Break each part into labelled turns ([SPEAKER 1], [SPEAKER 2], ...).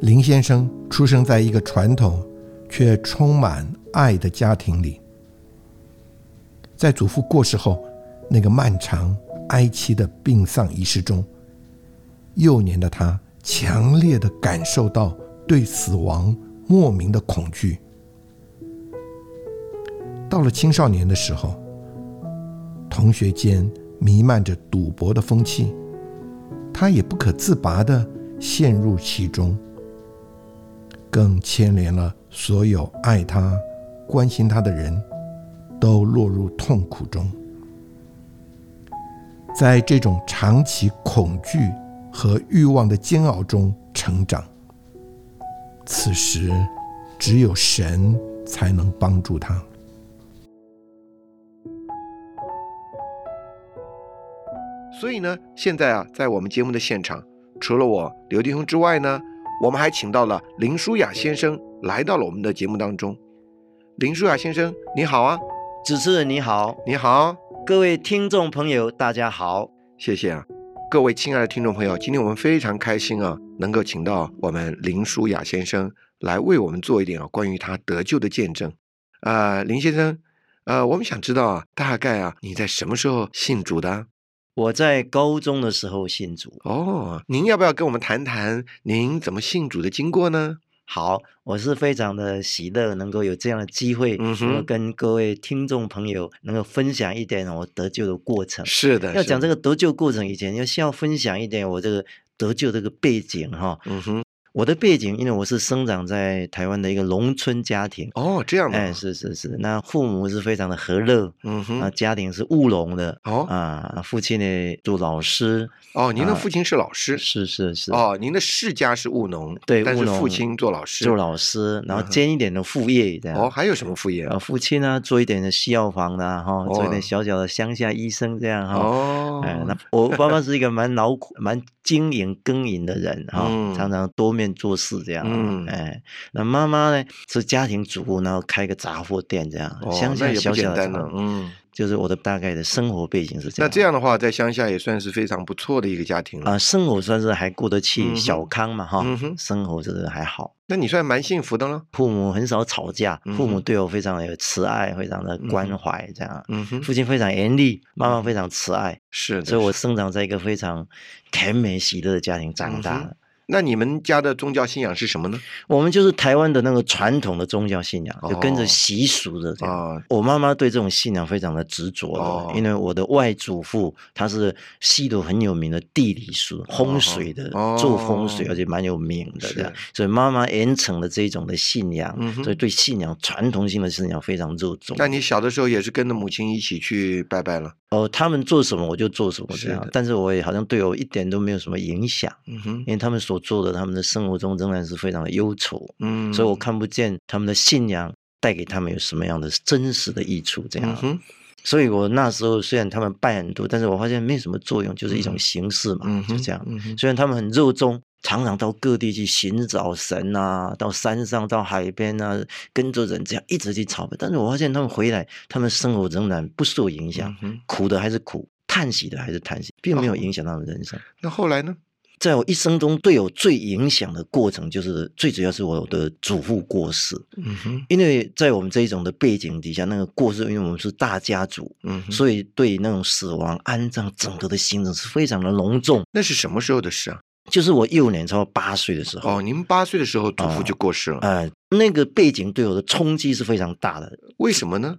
[SPEAKER 1] 林先生出生在一个传统却充满爱的家庭里，在祖父过世后那个漫长哀戚的病丧仪式中，幼年的他强烈的感受到对死亡莫名的恐惧。到了青少年的时候，同学间弥漫着赌博的风气，他也不可自拔的陷入其中。更牵连了所有爱他、关心他的人，都落入痛苦中。在这种长期恐惧和欲望的煎熬中成长，此时只有神才能帮助他。所以呢，现在啊，在我们节目的现场，除了我刘弟兄之外呢，我们还请到了林舒雅先生来到了我们的节目当中。林舒雅先生，你好啊，
[SPEAKER 2] 主持人你好，
[SPEAKER 1] 你好，
[SPEAKER 2] 各位听众朋友大家好。
[SPEAKER 1] 谢谢啊，各位亲爱的听众朋友，今天我们非常开心啊，能够请到我们林舒雅先生来为我们做一点啊关于他得救的见证。呃，林先生，呃，我们想知道啊，大概啊你在什么时候信主的啊？
[SPEAKER 2] 我在高中的时候信主，
[SPEAKER 1] 哦，您要不要跟我们谈谈您怎么信主的经过呢？
[SPEAKER 2] 好，我是非常的喜乐，能够有这样的机会，
[SPEAKER 1] 嗯哼
[SPEAKER 2] 能够跟各位听众朋友能够分享一点我得救的过程。
[SPEAKER 1] 是的，
[SPEAKER 2] 要讲这
[SPEAKER 1] 个，
[SPEAKER 2] 个得救过程以前，要先要分享一点我这个得救这个背景哈。
[SPEAKER 1] 嗯哼，
[SPEAKER 2] 我的背景，因为我是生长在台湾的一个农村家庭，
[SPEAKER 1] 哦，这样的，
[SPEAKER 2] 哎，是是是，那父母是非常的和乐，
[SPEAKER 1] 嗯哼，
[SPEAKER 2] 啊，家庭是务农的，
[SPEAKER 1] 哦
[SPEAKER 2] 啊，父亲呢做老师，
[SPEAKER 1] 哦，您的
[SPEAKER 2] 啊
[SPEAKER 1] 父亲是老师，
[SPEAKER 2] 是是是，
[SPEAKER 1] 哦，您的世家是务农，
[SPEAKER 2] 对
[SPEAKER 1] 但
[SPEAKER 2] 务
[SPEAKER 1] 是
[SPEAKER 2] 农
[SPEAKER 1] 父亲做老师，
[SPEAKER 2] 做老师，然后
[SPEAKER 1] 嗯哼
[SPEAKER 2] 兼一点的副业这样。
[SPEAKER 1] 哦，还有什么副业啊
[SPEAKER 2] 呃，？父亲呢做一点的西药房的啊哈、做一
[SPEAKER 1] 哦
[SPEAKER 2] 点小小的乡下医生这样哈、
[SPEAKER 1] 哦，
[SPEAKER 2] 哎，那我爸爸是一个蛮劳苦、蛮经营耕耘的人哈、
[SPEAKER 1] 嗯
[SPEAKER 2] 常常多面做事这样。
[SPEAKER 1] 嗯
[SPEAKER 2] 哎，那妈妈呢是家庭主妇，然后开个杂货店这样，
[SPEAKER 1] 哦
[SPEAKER 2] 乡
[SPEAKER 1] 那
[SPEAKER 2] 下
[SPEAKER 1] 也不
[SPEAKER 2] 小
[SPEAKER 1] 简
[SPEAKER 2] 小的
[SPEAKER 1] 单
[SPEAKER 2] 杂
[SPEAKER 1] 了
[SPEAKER 2] 货，店，
[SPEAKER 1] 嗯，
[SPEAKER 2] 就是我的大概的生活背景是这
[SPEAKER 1] 那
[SPEAKER 2] 样。
[SPEAKER 1] 这样的话，在乡下也算是非常不错的一个家庭
[SPEAKER 2] 啊、
[SPEAKER 1] 了。
[SPEAKER 2] 生活算是还过得去，
[SPEAKER 1] 嗯哼
[SPEAKER 2] 小康嘛哈、
[SPEAKER 1] 嗯哼
[SPEAKER 2] 生活就是还好。
[SPEAKER 1] 那你算蛮幸福的了，
[SPEAKER 2] 父母很少吵架，父
[SPEAKER 1] 嗯
[SPEAKER 2] 母
[SPEAKER 1] 哼
[SPEAKER 2] 对我非常有慈爱，非常的
[SPEAKER 1] 嗯
[SPEAKER 2] 关怀，这样。
[SPEAKER 1] 嗯哼，
[SPEAKER 2] 父亲非常严厉，妈妈
[SPEAKER 1] 嗯
[SPEAKER 2] 非常慈爱，
[SPEAKER 1] 是的。
[SPEAKER 2] 所以我生长在一个非常甜美喜乐的家庭长大
[SPEAKER 1] 嗯哼
[SPEAKER 2] 的。
[SPEAKER 1] 那你们家的宗教信仰是什么呢？
[SPEAKER 2] 我们就是台湾的那个传统的宗教信仰，就跟
[SPEAKER 1] 哦
[SPEAKER 2] 着习俗的这样。
[SPEAKER 1] 啊，
[SPEAKER 2] 我妈妈对这种信仰非常的执着的，
[SPEAKER 1] 哦
[SPEAKER 2] 因为我的外祖父他是西鲁很有名的地理师，风水的，
[SPEAKER 1] 哦
[SPEAKER 2] 做风水而且蛮有名的
[SPEAKER 1] 是
[SPEAKER 2] 这样，所以妈妈严承了这一种的信仰，
[SPEAKER 1] 嗯哼
[SPEAKER 2] 所以对信仰传统性的信仰非常热衷。
[SPEAKER 1] 那你小的时候也是跟着母亲一起去拜拜了？
[SPEAKER 2] 哦，他们做什么我就做什么
[SPEAKER 1] 是
[SPEAKER 2] 这样
[SPEAKER 1] 的，
[SPEAKER 2] 但是我也好像对我一点都没有什么影响，
[SPEAKER 1] 嗯哼
[SPEAKER 2] 因，为他们所做的，他们的生活中仍然是非常的忧愁，
[SPEAKER 1] 嗯，
[SPEAKER 2] 所以我看不见他们的信仰带给他们有什么样的真实的益处这样。啊
[SPEAKER 1] 嗯哼，
[SPEAKER 2] 所以我那时候虽然他们拜很多，但是我发现没什么作用，就是一
[SPEAKER 1] 嗯
[SPEAKER 2] 种形式嘛，
[SPEAKER 1] 嗯哼，
[SPEAKER 2] 啊就这样。
[SPEAKER 1] 嗯哼，
[SPEAKER 2] 虽然他们很热衷，常常到各地去寻找神啊，到山上、到海边啊，跟着人这样一直去朝拜，但是我发现他们回来，他们生活仍然不受影响，
[SPEAKER 1] 嗯哼
[SPEAKER 2] 苦的还是苦，叹息的还是叹息，并没有影响他们人生。
[SPEAKER 1] 那后来呢？
[SPEAKER 2] 在我一生中，对我最影响的过程，就是最主要是我的祖父过世，
[SPEAKER 1] 嗯哼，
[SPEAKER 2] 因为在我们这一种的背景底下，那个过世，因为我们是大家族，
[SPEAKER 1] 嗯哼，
[SPEAKER 2] 所以对那种死亡安葬整个的行程是非常的隆重。
[SPEAKER 1] 那是什么时候的事啊？
[SPEAKER 2] 就是我幼年超过八岁的时候，
[SPEAKER 1] 哦，您八岁的时候祖父
[SPEAKER 2] 啊
[SPEAKER 1] 就过世了，
[SPEAKER 2] 呃，那个背景对我的冲击是非常大的，
[SPEAKER 1] 为什么呢？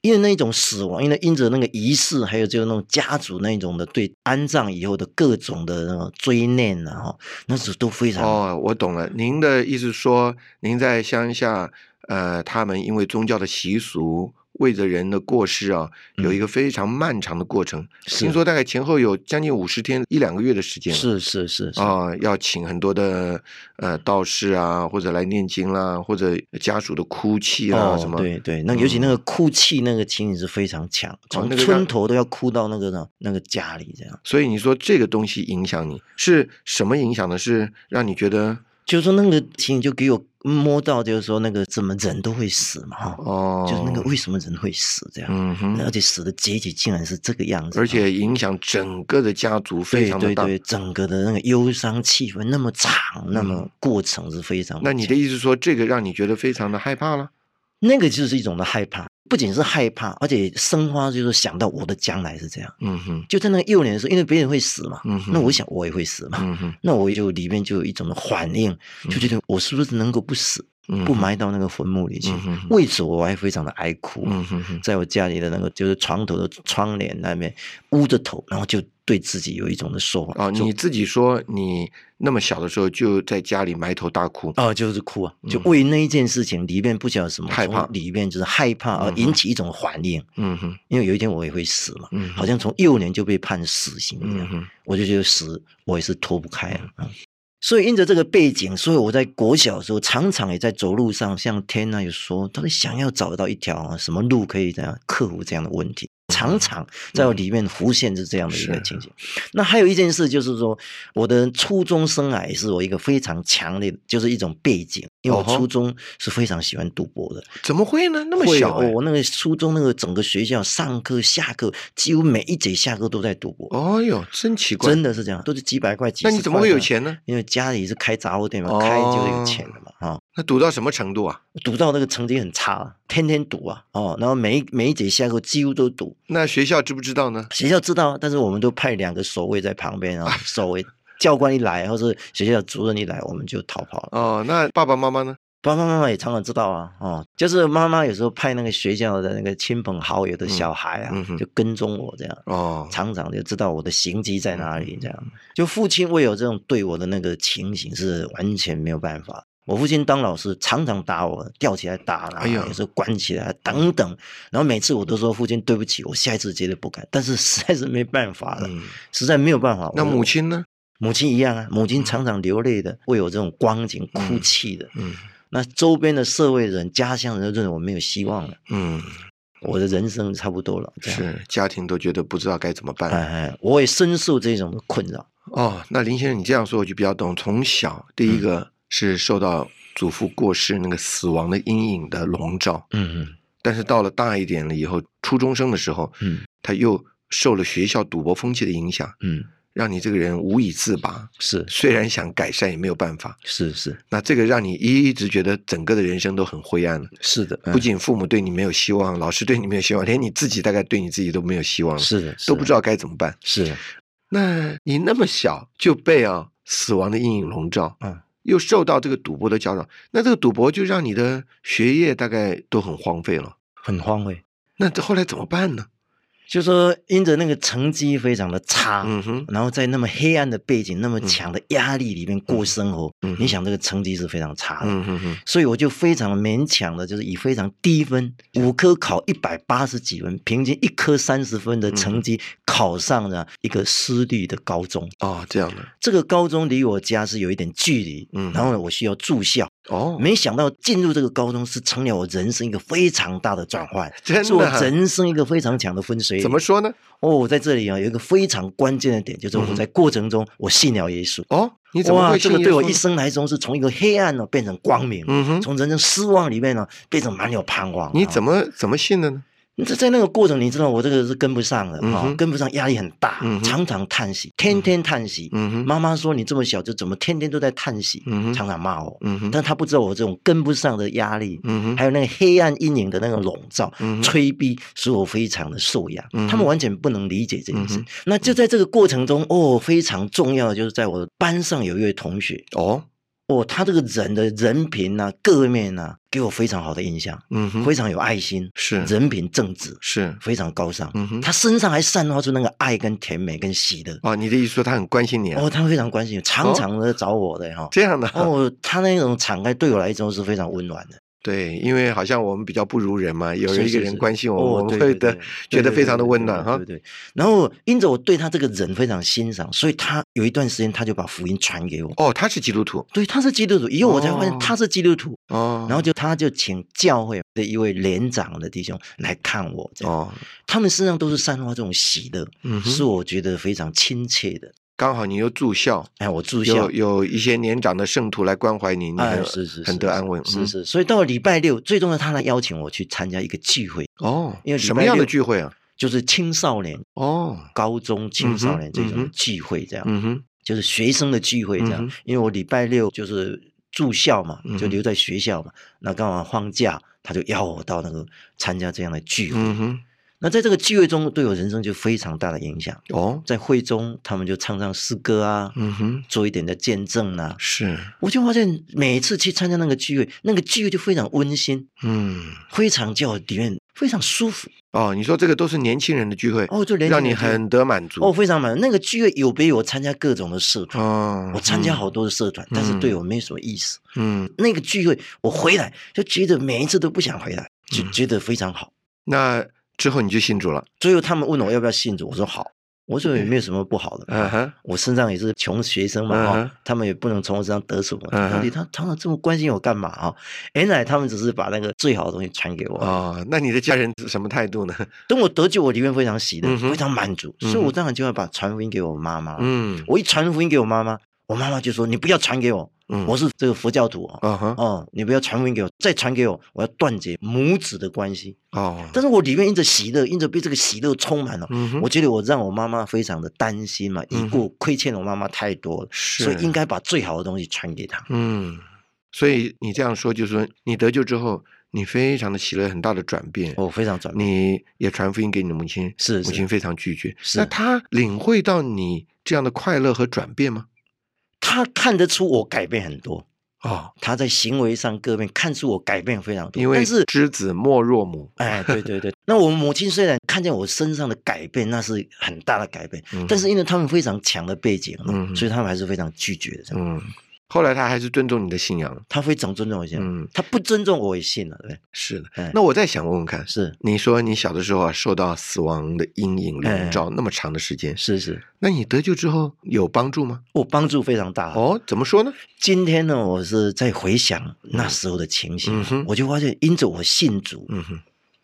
[SPEAKER 2] 因为那一种死亡，因为因着那个仪式，还有就是那种家族那一种的对安葬以后的各种的那种追念啊，哈那时候都非常、
[SPEAKER 1] 哦，我懂了。您的意思是说，您在乡下，呃，他们因为宗教的习俗，为着人的过失啊，
[SPEAKER 2] 嗯
[SPEAKER 1] 有一个非常漫长的过程。
[SPEAKER 2] 是
[SPEAKER 1] 听说大概前后有将近五十天、一两个月的时间了。
[SPEAKER 2] 是是是是，
[SPEAKER 1] 啊、要请很多的呃道士啊，或者来念经啦，或者家属的哭泣啦、
[SPEAKER 2] 哦
[SPEAKER 1] 什么。
[SPEAKER 2] 对对，那尤
[SPEAKER 1] 嗯
[SPEAKER 2] 其
[SPEAKER 1] 哦
[SPEAKER 2] 那个哭泣那个情景是非常强，从
[SPEAKER 1] 那个让
[SPEAKER 2] 村头都要哭到那个呢那个家里这样。
[SPEAKER 1] 所以你说这个东西影响你是什么影响呢？是让你觉得
[SPEAKER 2] 就是说那个情景就给我摸到，就是说那个怎么人都会死嘛哈，
[SPEAKER 1] 哦，
[SPEAKER 2] 就是那个为什么人会死这样，
[SPEAKER 1] 嗯哼，
[SPEAKER 2] 而且死的结局竟然是这个样子，啊
[SPEAKER 1] 而且影响整个的家族非常的
[SPEAKER 2] 对
[SPEAKER 1] 大。
[SPEAKER 2] 对对，整个的那个忧伤气氛那么长，那么过程是非常强。
[SPEAKER 1] 嗯那你的意思说，这个让你觉得非常的害怕了？
[SPEAKER 2] 那个就是一种的害怕，不仅是害怕，而且生花就是想到我的将来是这样。
[SPEAKER 1] 嗯哼，
[SPEAKER 2] 就在那个幼年的时候，因为别人会死嘛，
[SPEAKER 1] 嗯哼，
[SPEAKER 2] 那我想我也会死嘛，
[SPEAKER 1] 嗯哼，
[SPEAKER 2] 那我就里面就有一种的反应，就觉得我是不是能够不死，
[SPEAKER 1] 嗯嗯哼，
[SPEAKER 2] 不埋到那个坟墓里去？
[SPEAKER 1] 嗯哼
[SPEAKER 2] 为此我还非常的哀哭，
[SPEAKER 1] 嗯哼哼，
[SPEAKER 2] 在我家里的那个就是床头的窗帘那边捂着头，然后就对自己有一种的说法，
[SPEAKER 1] 哦，
[SPEAKER 2] 就
[SPEAKER 1] 你自己说你那么小的时候就在家里埋头大哭，
[SPEAKER 2] 哦，就是哭啊，就
[SPEAKER 1] 嗯
[SPEAKER 2] 为那一件事情里面不晓得什么，
[SPEAKER 1] 害怕
[SPEAKER 2] 从里面就是害怕而
[SPEAKER 1] 嗯哼
[SPEAKER 2] 引起一种反应，
[SPEAKER 1] 嗯哼，
[SPEAKER 2] 因为有一天我也会死嘛，
[SPEAKER 1] 嗯哼，
[SPEAKER 2] 好像从幼年就被判死刑一
[SPEAKER 1] 嗯
[SPEAKER 2] 样，
[SPEAKER 1] 哼，
[SPEAKER 2] 我就觉得死我也是脱不开啊。嗯所以因着这个背景，所以我在国小的时候，常常也在走路上，像天呐有说，到底想要找到一条、啊、什么路可以这样克服这样的问题，常常在我里面浮现着这样的一个
[SPEAKER 1] 嗯是
[SPEAKER 2] 情景。那还有一件事就是说，我的初中生涯也是我一个非常强烈的，就是一种背景，因为我
[SPEAKER 1] 哦吼
[SPEAKER 2] 初中是非常喜欢赌博的，
[SPEAKER 1] 怎么会呢？那么
[SPEAKER 2] 会
[SPEAKER 1] 小哎、
[SPEAKER 2] 哦，我那个初中那个整个学校上课下课，几乎每一节下课都在赌博。
[SPEAKER 1] 哦哟，真奇怪，
[SPEAKER 2] 真的是这样，都是几百块、几十
[SPEAKER 1] 那
[SPEAKER 2] 块。
[SPEAKER 1] 你怎么会有？钱呢？
[SPEAKER 2] 因为家里是开杂货店嘛，
[SPEAKER 1] 哦
[SPEAKER 2] 开就有钱了嘛，啊、
[SPEAKER 1] 那赌到什么程度啊？
[SPEAKER 2] 赌到那个成绩很差，天天赌啊，哦，然后每一每一节下课几乎都赌，
[SPEAKER 1] 那学校知不知道呢？
[SPEAKER 2] 学校知道，但是我们都派两个守卫在旁 边啊，守卫。教官一来，或是学校主任一来，我们就逃跑了。
[SPEAKER 1] 哦，那爸爸妈妈呢？
[SPEAKER 2] 爸爸妈妈也常常知道啊，哦，就是妈妈有时候派那个学校的那个亲朋好友的小孩啊，
[SPEAKER 1] 嗯嗯哼
[SPEAKER 2] 就跟踪我这样。
[SPEAKER 1] 哦，
[SPEAKER 2] 厂长就知道我的行迹在哪
[SPEAKER 1] 嗯
[SPEAKER 2] 里，这样。就父亲为有这种对我的那个情形是完全没有办法。我父亲当老师，常常打我，吊起来打，然
[SPEAKER 1] 哎呀
[SPEAKER 2] 后有时候关起来等等。然后每次我都说父亲对不起，我下一次绝对不敢。但是实在是没办法了，
[SPEAKER 1] 嗯，
[SPEAKER 2] 实在没有办法。
[SPEAKER 1] 那
[SPEAKER 2] 我
[SPEAKER 1] 母亲呢？
[SPEAKER 2] 母亲一样啊，母亲常常流泪的，为有这种光景哭泣的。
[SPEAKER 1] 嗯
[SPEAKER 2] 那周边的社会人、家乡人都认为我没有希望了，
[SPEAKER 1] 嗯，
[SPEAKER 2] 我的人生差不多了。这样，
[SPEAKER 1] 是家庭都觉得不知道该怎么办。
[SPEAKER 2] 哎哎，我也深受这种困扰。
[SPEAKER 1] 哦，那林先生，你这样说我就比较懂。从小第
[SPEAKER 2] 嗯
[SPEAKER 1] 一个是受到祖父过世那个死亡的阴影的笼罩，
[SPEAKER 2] 嗯嗯
[SPEAKER 1] 但是到了大一点了以后，初中生的时候，
[SPEAKER 2] 嗯。
[SPEAKER 1] 他又受了学校赌博风气的影响，
[SPEAKER 2] 嗯，
[SPEAKER 1] 让你这个人无以自拔。
[SPEAKER 2] 是
[SPEAKER 1] 虽然想改善也没有办法，
[SPEAKER 2] 是是
[SPEAKER 1] 那这个让你一直觉得整个的人生都很灰暗了。
[SPEAKER 2] 是的，嗯
[SPEAKER 1] 不仅父母对你没有希望，老师对你没有希望，连你自己大概对你自己都没有希望
[SPEAKER 2] 嗯
[SPEAKER 1] 了，
[SPEAKER 2] 是的，是
[SPEAKER 1] 都不
[SPEAKER 2] 的
[SPEAKER 1] 知道该怎么办。
[SPEAKER 2] 是的，
[SPEAKER 1] 那你那么小就被啊死亡的阴影笼罩，
[SPEAKER 2] 嗯，
[SPEAKER 1] 又受到这个赌博的搅扰，那这个赌博就让你的学业大概都很荒废了。
[SPEAKER 2] 很荒废。
[SPEAKER 1] 那这后来怎么办呢？
[SPEAKER 2] 就说因着那个成绩非常的差，
[SPEAKER 1] 嗯哼，
[SPEAKER 2] 然后在那么黑暗的背景、那么强的压力里面过生活，
[SPEAKER 1] 嗯
[SPEAKER 2] 你想这个成绩是非常差的。
[SPEAKER 1] 嗯哼哼，
[SPEAKER 2] 所以我就非常勉强的，就是以非常低分，五科考一百八十几分，平均一科三十分的成绩，考上了一个私立的高中。
[SPEAKER 1] 哦，这样的，
[SPEAKER 2] 这个高中离我家是有一点距离，
[SPEAKER 1] 嗯
[SPEAKER 2] 然后呢，我需要住校，
[SPEAKER 1] 哦，
[SPEAKER 2] 没想到进入这个高中是成了我人生一个非常大的转换，
[SPEAKER 1] 真
[SPEAKER 2] 是我
[SPEAKER 1] 的啊，
[SPEAKER 2] 人生一个非常强的分水岭。
[SPEAKER 1] 怎么说呢？
[SPEAKER 2] 哦，我在这里啊，有一个非常关键的点，就是
[SPEAKER 1] 嗯
[SPEAKER 2] 我
[SPEAKER 1] 哼
[SPEAKER 2] 在过程中我信了耶稣。
[SPEAKER 1] 哦，你怎么
[SPEAKER 2] 哇，
[SPEAKER 1] 会
[SPEAKER 2] 这
[SPEAKER 1] 信
[SPEAKER 2] 个
[SPEAKER 1] 耶
[SPEAKER 2] 对我
[SPEAKER 1] 稣
[SPEAKER 2] 一
[SPEAKER 1] 呢，
[SPEAKER 2] 生来说是从一个黑暗呢变成光明，
[SPEAKER 1] 嗯哼，
[SPEAKER 2] 从人啊生失望里面呢变成满有盼望。
[SPEAKER 1] 你怎
[SPEAKER 2] 么？
[SPEAKER 1] 么怎么信的呢？
[SPEAKER 2] 这在那个过程，你知道我这个是跟不上了
[SPEAKER 1] 嗯
[SPEAKER 2] 啊
[SPEAKER 1] 哼，
[SPEAKER 2] 跟不上，压力很大
[SPEAKER 1] 嗯哼，
[SPEAKER 2] 常常叹息，天天叹息。
[SPEAKER 1] 嗯哼，
[SPEAKER 2] 妈妈说你这么小就怎么天天都在叹息，
[SPEAKER 1] 嗯哼
[SPEAKER 2] 常常骂我，
[SPEAKER 1] 嗯哼，
[SPEAKER 2] 但她不知道我这种跟不上的压力，
[SPEAKER 1] 嗯哼，
[SPEAKER 2] 还有那个黑暗阴影的那个笼罩、
[SPEAKER 1] 嗯哼
[SPEAKER 2] 催逼，使我非常的受压。
[SPEAKER 1] 嗯哼
[SPEAKER 2] 他们完全不能理解这件事。
[SPEAKER 1] 嗯哼
[SPEAKER 2] 那就在这个过程中，哦，非常重要的就是在我的班上有一位同学，
[SPEAKER 1] 哦，
[SPEAKER 2] 哦，他这个人的人品呐、各面呐、给我非常好的印象，
[SPEAKER 1] 嗯哼，
[SPEAKER 2] 非常有爱心，
[SPEAKER 1] 是
[SPEAKER 2] 人品正直，
[SPEAKER 1] 是，
[SPEAKER 2] 非常高尚。
[SPEAKER 1] 嗯哼，
[SPEAKER 2] 他身上还散发出那个爱、跟甜美、跟喜乐。
[SPEAKER 1] 哦，你的意思说他很关心你啊？
[SPEAKER 2] 哦，他非常关心，常常的找我的哈。
[SPEAKER 1] 这样的啊，
[SPEAKER 2] 哦，他那种敞开对我来说是非常温暖的。
[SPEAKER 1] 对，因为好像我们比较不如人嘛，有人
[SPEAKER 2] 是
[SPEAKER 1] 一个
[SPEAKER 2] 是
[SPEAKER 1] 人
[SPEAKER 2] 是
[SPEAKER 1] 关心我们，
[SPEAKER 2] 哦
[SPEAKER 1] 我们
[SPEAKER 2] 对
[SPEAKER 1] 会
[SPEAKER 2] 对
[SPEAKER 1] 的
[SPEAKER 2] 对
[SPEAKER 1] 觉得
[SPEAKER 2] 对
[SPEAKER 1] 非常的温暖
[SPEAKER 2] 对
[SPEAKER 1] 哈
[SPEAKER 2] 对。对对然后因着我对他这个人非常欣赏，所以他有一段时间他就把福音传给我。
[SPEAKER 1] 哦，他是基督徒
[SPEAKER 2] 对，他是基督徒，以后我才发
[SPEAKER 1] 哦
[SPEAKER 2] 现他是基督徒。
[SPEAKER 1] 哦，
[SPEAKER 2] 然后就他就请教会的一位连长的弟兄来看我，这样、
[SPEAKER 1] 哦，
[SPEAKER 2] 他们身上都是散发这种喜乐，
[SPEAKER 1] 嗯哼
[SPEAKER 2] 是我觉得非常亲切的。
[SPEAKER 1] 刚好你又住校，
[SPEAKER 2] 哎，我住校
[SPEAKER 1] 有，有一些年长的圣徒来关怀你，你
[SPEAKER 2] 哎，
[SPEAKER 1] 很
[SPEAKER 2] 是是
[SPEAKER 1] 很
[SPEAKER 2] 是
[SPEAKER 1] 得安慰，
[SPEAKER 2] 是
[SPEAKER 1] 嗯
[SPEAKER 2] 是。所以到了礼拜六，最重要，他来邀请我去参加一个聚会，
[SPEAKER 1] 哦
[SPEAKER 2] 因为，礼
[SPEAKER 1] 什么
[SPEAKER 2] 拜
[SPEAKER 1] 样的
[SPEAKER 2] 六
[SPEAKER 1] 聚会啊？
[SPEAKER 2] 就是青少年、
[SPEAKER 1] 哦，
[SPEAKER 2] 高中青少年这
[SPEAKER 1] 嗯哼嗯
[SPEAKER 2] 种
[SPEAKER 1] 哼
[SPEAKER 2] 聚会，这样、
[SPEAKER 1] 嗯哼，
[SPEAKER 2] 就是学生的聚会这样。
[SPEAKER 1] 嗯哼
[SPEAKER 2] 因为我礼拜六就是住校嘛
[SPEAKER 1] 嗯哼，
[SPEAKER 2] 就留在学校嘛，那刚好放假，他就邀我到那个参加这样的聚会。
[SPEAKER 1] 嗯哼，
[SPEAKER 2] 那在这个聚会中，对我人生就非常大的影响。
[SPEAKER 1] 哦，
[SPEAKER 2] 在会中，他们就唱唱诗歌啊，
[SPEAKER 1] 嗯哼，
[SPEAKER 2] 做一点的见证啊。
[SPEAKER 1] 是，
[SPEAKER 2] 我就发现，每次去参加那个聚会，那个聚会就非常温馨，
[SPEAKER 1] 嗯，
[SPEAKER 2] 非常叫里面非常舒服。
[SPEAKER 1] 哦，你说这个都是年轻人的聚会，
[SPEAKER 2] 哦，就连
[SPEAKER 1] 让你很得满足。
[SPEAKER 2] 哦，非常满。那个聚会有别于我参加各种的社团，
[SPEAKER 1] 哦，
[SPEAKER 2] 我参加
[SPEAKER 1] 嗯，
[SPEAKER 2] 好多的社团，但是对我没什么意思。
[SPEAKER 1] 嗯，
[SPEAKER 2] 那个聚会我回来就觉得每一次都不想回来，就
[SPEAKER 1] 嗯
[SPEAKER 2] 觉得非常好。
[SPEAKER 1] 那之后你就信主了，
[SPEAKER 2] 最后他们问我要不要信主，我说好。我说也没有什么不好的。
[SPEAKER 1] 嗯哼，
[SPEAKER 2] 我身上也是穷学生嘛
[SPEAKER 1] 嗯哼
[SPEAKER 2] 啊、他们也不能从我身上得什么。
[SPEAKER 1] 嗯哼
[SPEAKER 2] 到底他他们这么关心我干嘛啊？原来他们只是把那个最好的东西传给我。
[SPEAKER 1] 哦，那你的家人是什么态度呢？
[SPEAKER 2] 等我得救，我里面非常喜乐，
[SPEAKER 1] 嗯哼
[SPEAKER 2] 非常满足，
[SPEAKER 1] 嗯哼
[SPEAKER 2] 所以我当然就要把传福音给我妈妈。
[SPEAKER 1] 嗯，
[SPEAKER 2] 啊我一传福音给我妈妈，我妈妈就说：“你不要传给我，
[SPEAKER 1] 嗯
[SPEAKER 2] 我是这个佛教徒哦。”
[SPEAKER 1] 啊哈，
[SPEAKER 2] 哦，你不要传福音给我，再传给我，我要断绝母子的关系。
[SPEAKER 1] 哦，
[SPEAKER 2] 但是我里面因着喜乐，因着被这个喜乐充满了，
[SPEAKER 1] 嗯哼，
[SPEAKER 2] 我觉得我让我妈妈非常的担心嘛，已
[SPEAKER 1] 嗯哼
[SPEAKER 2] 故亏欠我妈妈太多了，
[SPEAKER 1] 是，
[SPEAKER 2] 所以应该把最好的东西传给她。
[SPEAKER 1] 嗯，所以你这样说，就是说你得救之后，你非常的喜乐，很大的转变。
[SPEAKER 2] 我非常转变，
[SPEAKER 1] 你也传福音给你的母亲，
[SPEAKER 2] 哦是
[SPEAKER 1] 母
[SPEAKER 2] 是
[SPEAKER 1] 亲，非常拒绝。
[SPEAKER 2] 是
[SPEAKER 1] 那她领会到你这样的快乐和转变吗？
[SPEAKER 2] 她看得出我改变很多，
[SPEAKER 1] 哦，
[SPEAKER 2] 她在行为上各面看出我改变非常多，
[SPEAKER 1] 因为
[SPEAKER 2] 但是
[SPEAKER 1] 知子莫若母。
[SPEAKER 2] 哎，对对 对，那我母亲虽然看见我身上的改变，那是很大的改变，
[SPEAKER 1] 嗯
[SPEAKER 2] 但是因为他们非常强的背景嘛，
[SPEAKER 1] 嗯
[SPEAKER 2] 所以他们还是非常拒绝的。这样
[SPEAKER 1] 嗯，后来她还是尊重你的信仰。
[SPEAKER 2] 他非常尊重我一些，
[SPEAKER 1] 嗯，
[SPEAKER 2] 他不尊重我也信了，对不对，
[SPEAKER 1] 是的。
[SPEAKER 2] 哎
[SPEAKER 1] 那我再想问问看，
[SPEAKER 2] 是
[SPEAKER 1] 你说你小的时候啊，受到死亡的阴影笼
[SPEAKER 2] 哎
[SPEAKER 1] 罩那么长的时间，
[SPEAKER 2] 是是，
[SPEAKER 1] 那你得救之后有帮助吗？
[SPEAKER 2] 我帮助非常大。
[SPEAKER 1] 哦，怎么说呢？
[SPEAKER 2] 今天呢，我是在回想那时候的情形，
[SPEAKER 1] 嗯哼
[SPEAKER 2] 我就发现，因着我信主，
[SPEAKER 1] 嗯哼，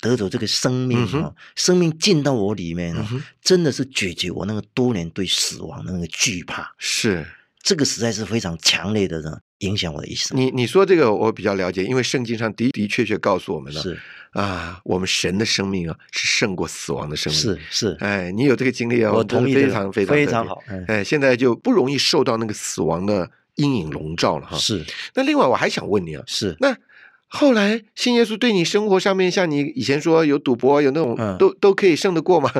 [SPEAKER 2] 得着这个生命
[SPEAKER 1] 嗯哼
[SPEAKER 2] 哦，生命进到我里面
[SPEAKER 1] 嗯
[SPEAKER 2] 哦，
[SPEAKER 1] 哼，
[SPEAKER 2] 真的是解决我那个多年对死亡的那个惧怕，
[SPEAKER 1] 是。
[SPEAKER 2] 这个实在是非常强烈的呢，影响我的一生。
[SPEAKER 1] 你你说这个我比较了解，因为圣经上的的确确告诉我们了，
[SPEAKER 2] 是
[SPEAKER 1] 啊，我们神的生命啊是胜过死亡的生命。，
[SPEAKER 2] 是是，
[SPEAKER 1] 哎，你有这个经历啊，
[SPEAKER 2] 我
[SPEAKER 1] 真的
[SPEAKER 2] 同意这
[SPEAKER 1] 非
[SPEAKER 2] 个
[SPEAKER 1] 常非常
[SPEAKER 2] 非
[SPEAKER 1] 特
[SPEAKER 2] 常
[SPEAKER 1] 别。
[SPEAKER 2] 好，嗯
[SPEAKER 1] 哎，现在就不容易受到那个死亡的阴影笼罩了哈。
[SPEAKER 2] 是
[SPEAKER 1] 那另外我还想问你啊，
[SPEAKER 2] 是，
[SPEAKER 1] 那后来信耶稣对你生活上面，像你以前说有赌博有那种，
[SPEAKER 2] 嗯
[SPEAKER 1] 都都可以胜得过吗？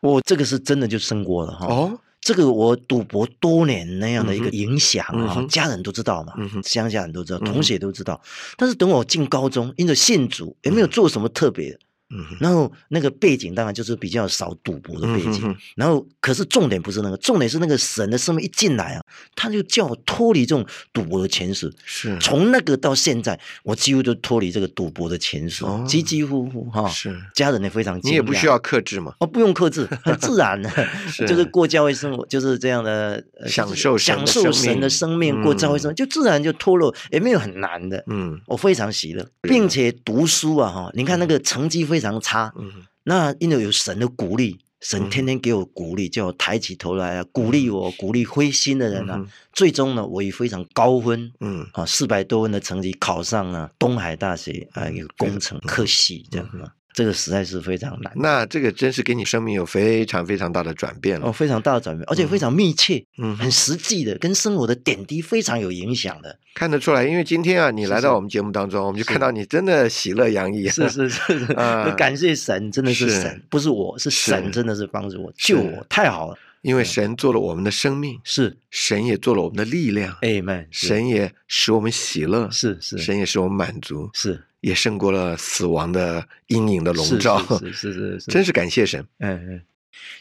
[SPEAKER 2] 我这个是真的就生过了哈。
[SPEAKER 1] 哦，
[SPEAKER 2] 这个我赌博多年那样的一
[SPEAKER 1] 嗯
[SPEAKER 2] 个
[SPEAKER 1] 哼
[SPEAKER 2] 影响
[SPEAKER 1] 嗯
[SPEAKER 2] 啊，
[SPEAKER 1] 哼
[SPEAKER 2] 家人都知道嘛
[SPEAKER 1] 嗯哼，
[SPEAKER 2] 乡下人都知道，
[SPEAKER 1] 嗯哼
[SPEAKER 2] 同学都知道。但是等我进高中，因着信主，也没有做什么特别的。
[SPEAKER 1] 嗯哼
[SPEAKER 2] 然后那个背景当然就是比较少赌博的背
[SPEAKER 1] 嗯
[SPEAKER 2] 景。
[SPEAKER 1] 哼哼
[SPEAKER 2] 然后可是重点不是那个，重点是那个神的生命一进来啊，他就叫我脱离这种赌博的前世。
[SPEAKER 1] 是
[SPEAKER 2] 从那个到现在，我几乎都脱离这个赌博的前世
[SPEAKER 1] 哦，
[SPEAKER 2] 几几乎乎哈。
[SPEAKER 1] 是，
[SPEAKER 2] 家人也非啊常惊
[SPEAKER 1] 你
[SPEAKER 2] 讶，
[SPEAKER 1] 也不需要克制嘛。
[SPEAKER 2] 哦，不用克制， 很自然的
[SPEAKER 1] 是，
[SPEAKER 2] 就是过教会生活，就是这样的呃
[SPEAKER 1] 享
[SPEAKER 2] 就是
[SPEAKER 1] 受神的
[SPEAKER 2] 享受
[SPEAKER 1] 生
[SPEAKER 2] 神
[SPEAKER 1] 命
[SPEAKER 2] 的生命，过教会生活就自然就脱落，也没有很难的。
[SPEAKER 1] 嗯
[SPEAKER 2] 我非常喜乐，并且读书啊，哈，你看那个成绩非常差，
[SPEAKER 1] 嗯哼
[SPEAKER 2] 那因为有神的鼓励，神
[SPEAKER 1] 嗯
[SPEAKER 2] 天天给我鼓励，叫我抬起头来啊，鼓励我，鼓励灰心的人啊
[SPEAKER 1] 嗯。
[SPEAKER 2] 最终呢，我以非常高分
[SPEAKER 1] 嗯，
[SPEAKER 2] 啊，四百多分的成绩考上了东海大学啊，有工程
[SPEAKER 1] 嗯
[SPEAKER 2] 科系这样啊，这个实在是非常难。
[SPEAKER 1] 那这个真是给你生命有非常非常大的转变了。
[SPEAKER 2] 哦，非常大的转变，而且非常密切，
[SPEAKER 1] 嗯哼
[SPEAKER 2] 很实际的，跟生活的点滴非常有影响的。
[SPEAKER 1] 看得出来，因为今天啊，你
[SPEAKER 2] 是
[SPEAKER 1] 来到
[SPEAKER 2] 是
[SPEAKER 1] 我们节目当中，我们就是看到你真的喜乐洋溢，
[SPEAKER 2] 是是是 是，
[SPEAKER 1] 啊
[SPEAKER 2] 感谢神，真的是
[SPEAKER 1] 是
[SPEAKER 2] 神，不是我，是神
[SPEAKER 1] 是
[SPEAKER 2] 真的是帮助我，救我，太好了，
[SPEAKER 1] 因为神做了我们的生命，
[SPEAKER 2] 是
[SPEAKER 1] 神也做了我们的力量，
[SPEAKER 2] ，Amen，是
[SPEAKER 1] 神也使我们喜乐，
[SPEAKER 2] 哎是是
[SPEAKER 1] 神也使我们满足，
[SPEAKER 2] 是
[SPEAKER 1] 也胜过了死亡的阴影的笼
[SPEAKER 2] 是
[SPEAKER 1] 罩，
[SPEAKER 2] 是是是是，
[SPEAKER 1] 真是感谢神。
[SPEAKER 2] 嗯嗯。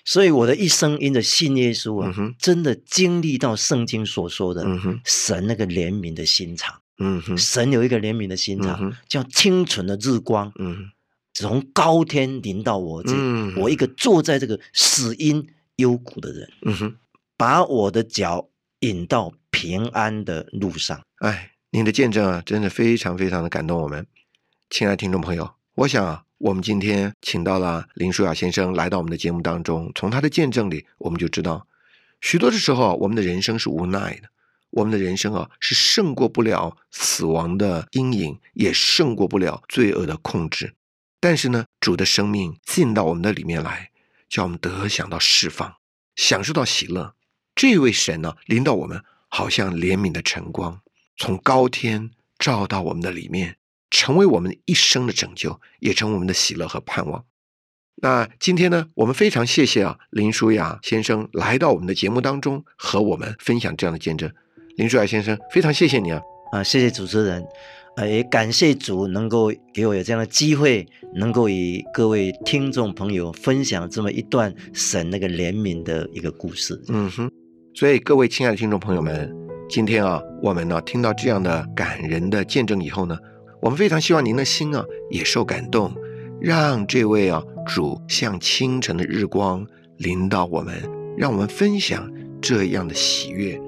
[SPEAKER 2] 所以我的一生因着信耶稣啊，
[SPEAKER 1] 嗯哼
[SPEAKER 2] 真的经历到圣经所说的、
[SPEAKER 1] 嗯哼，
[SPEAKER 2] 神那个怜悯的心肠，
[SPEAKER 1] 嗯哼，
[SPEAKER 2] 神啊有一个怜悯的心肠，
[SPEAKER 1] 嗯哼
[SPEAKER 2] 叫清纯的日光
[SPEAKER 1] 嗯
[SPEAKER 2] 从高天临到我这，
[SPEAKER 1] 嗯
[SPEAKER 2] 我一个坐在这个死因幽谷的人，
[SPEAKER 1] 嗯哼，
[SPEAKER 2] 把我的脚引到平安的路上。
[SPEAKER 1] 哎，您的见证啊，真的非常非常的感动我们，亲爱的听众朋友，我想啊，我们今天请到了林舒雅先生来到我们的节目当中，从他的见证里，我们就知道，许多的时候啊，我们的人生是无奈的，我们的人生啊是胜过不了死亡的阴影，也胜过不了罪恶的控制，但是呢，主的生命进到我们的里面来，叫我们得享到释放，享受到喜乐。这位神呢、领导我们，好像怜悯的晨光，从高天照到我们的里面，成为我们一生的拯救，也成为我们的喜乐和盼望。那今天呢，我们非常谢谢啊林舒雅先生来到我们的节目当中，和我们分享这样的见证。林舒雅先生，非常谢谢你啊！
[SPEAKER 2] 啊，谢谢主持人，呃，也感谢主能够给我有这样的机会，能够与各位听众朋友分享这么一段神那个怜悯的一个故事。
[SPEAKER 1] 嗯哼，所以各位亲爱的听众朋友们，今天啊，我们呢听到这样的感人的见证以后呢，我们非常希望您的心啊也受感动，让这位啊主像清晨的日光临到我们，让我们分享这样的喜悦。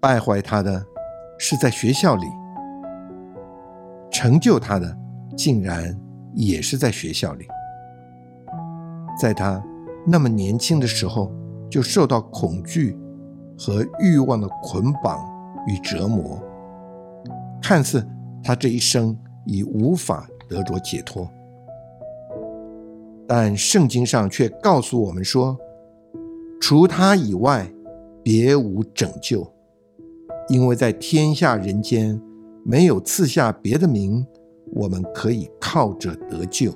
[SPEAKER 3] 败坏他的是在学校里，成就他的竟然也是在学校里。在他那么年轻的时候，就受到恐惧和欲望的捆绑与折磨，看似他这一生已无法得着解脱，但圣经上却告诉我们说，除他以外，别无拯救。因为在天下人间没有赐下别的名，我们可以靠着得救。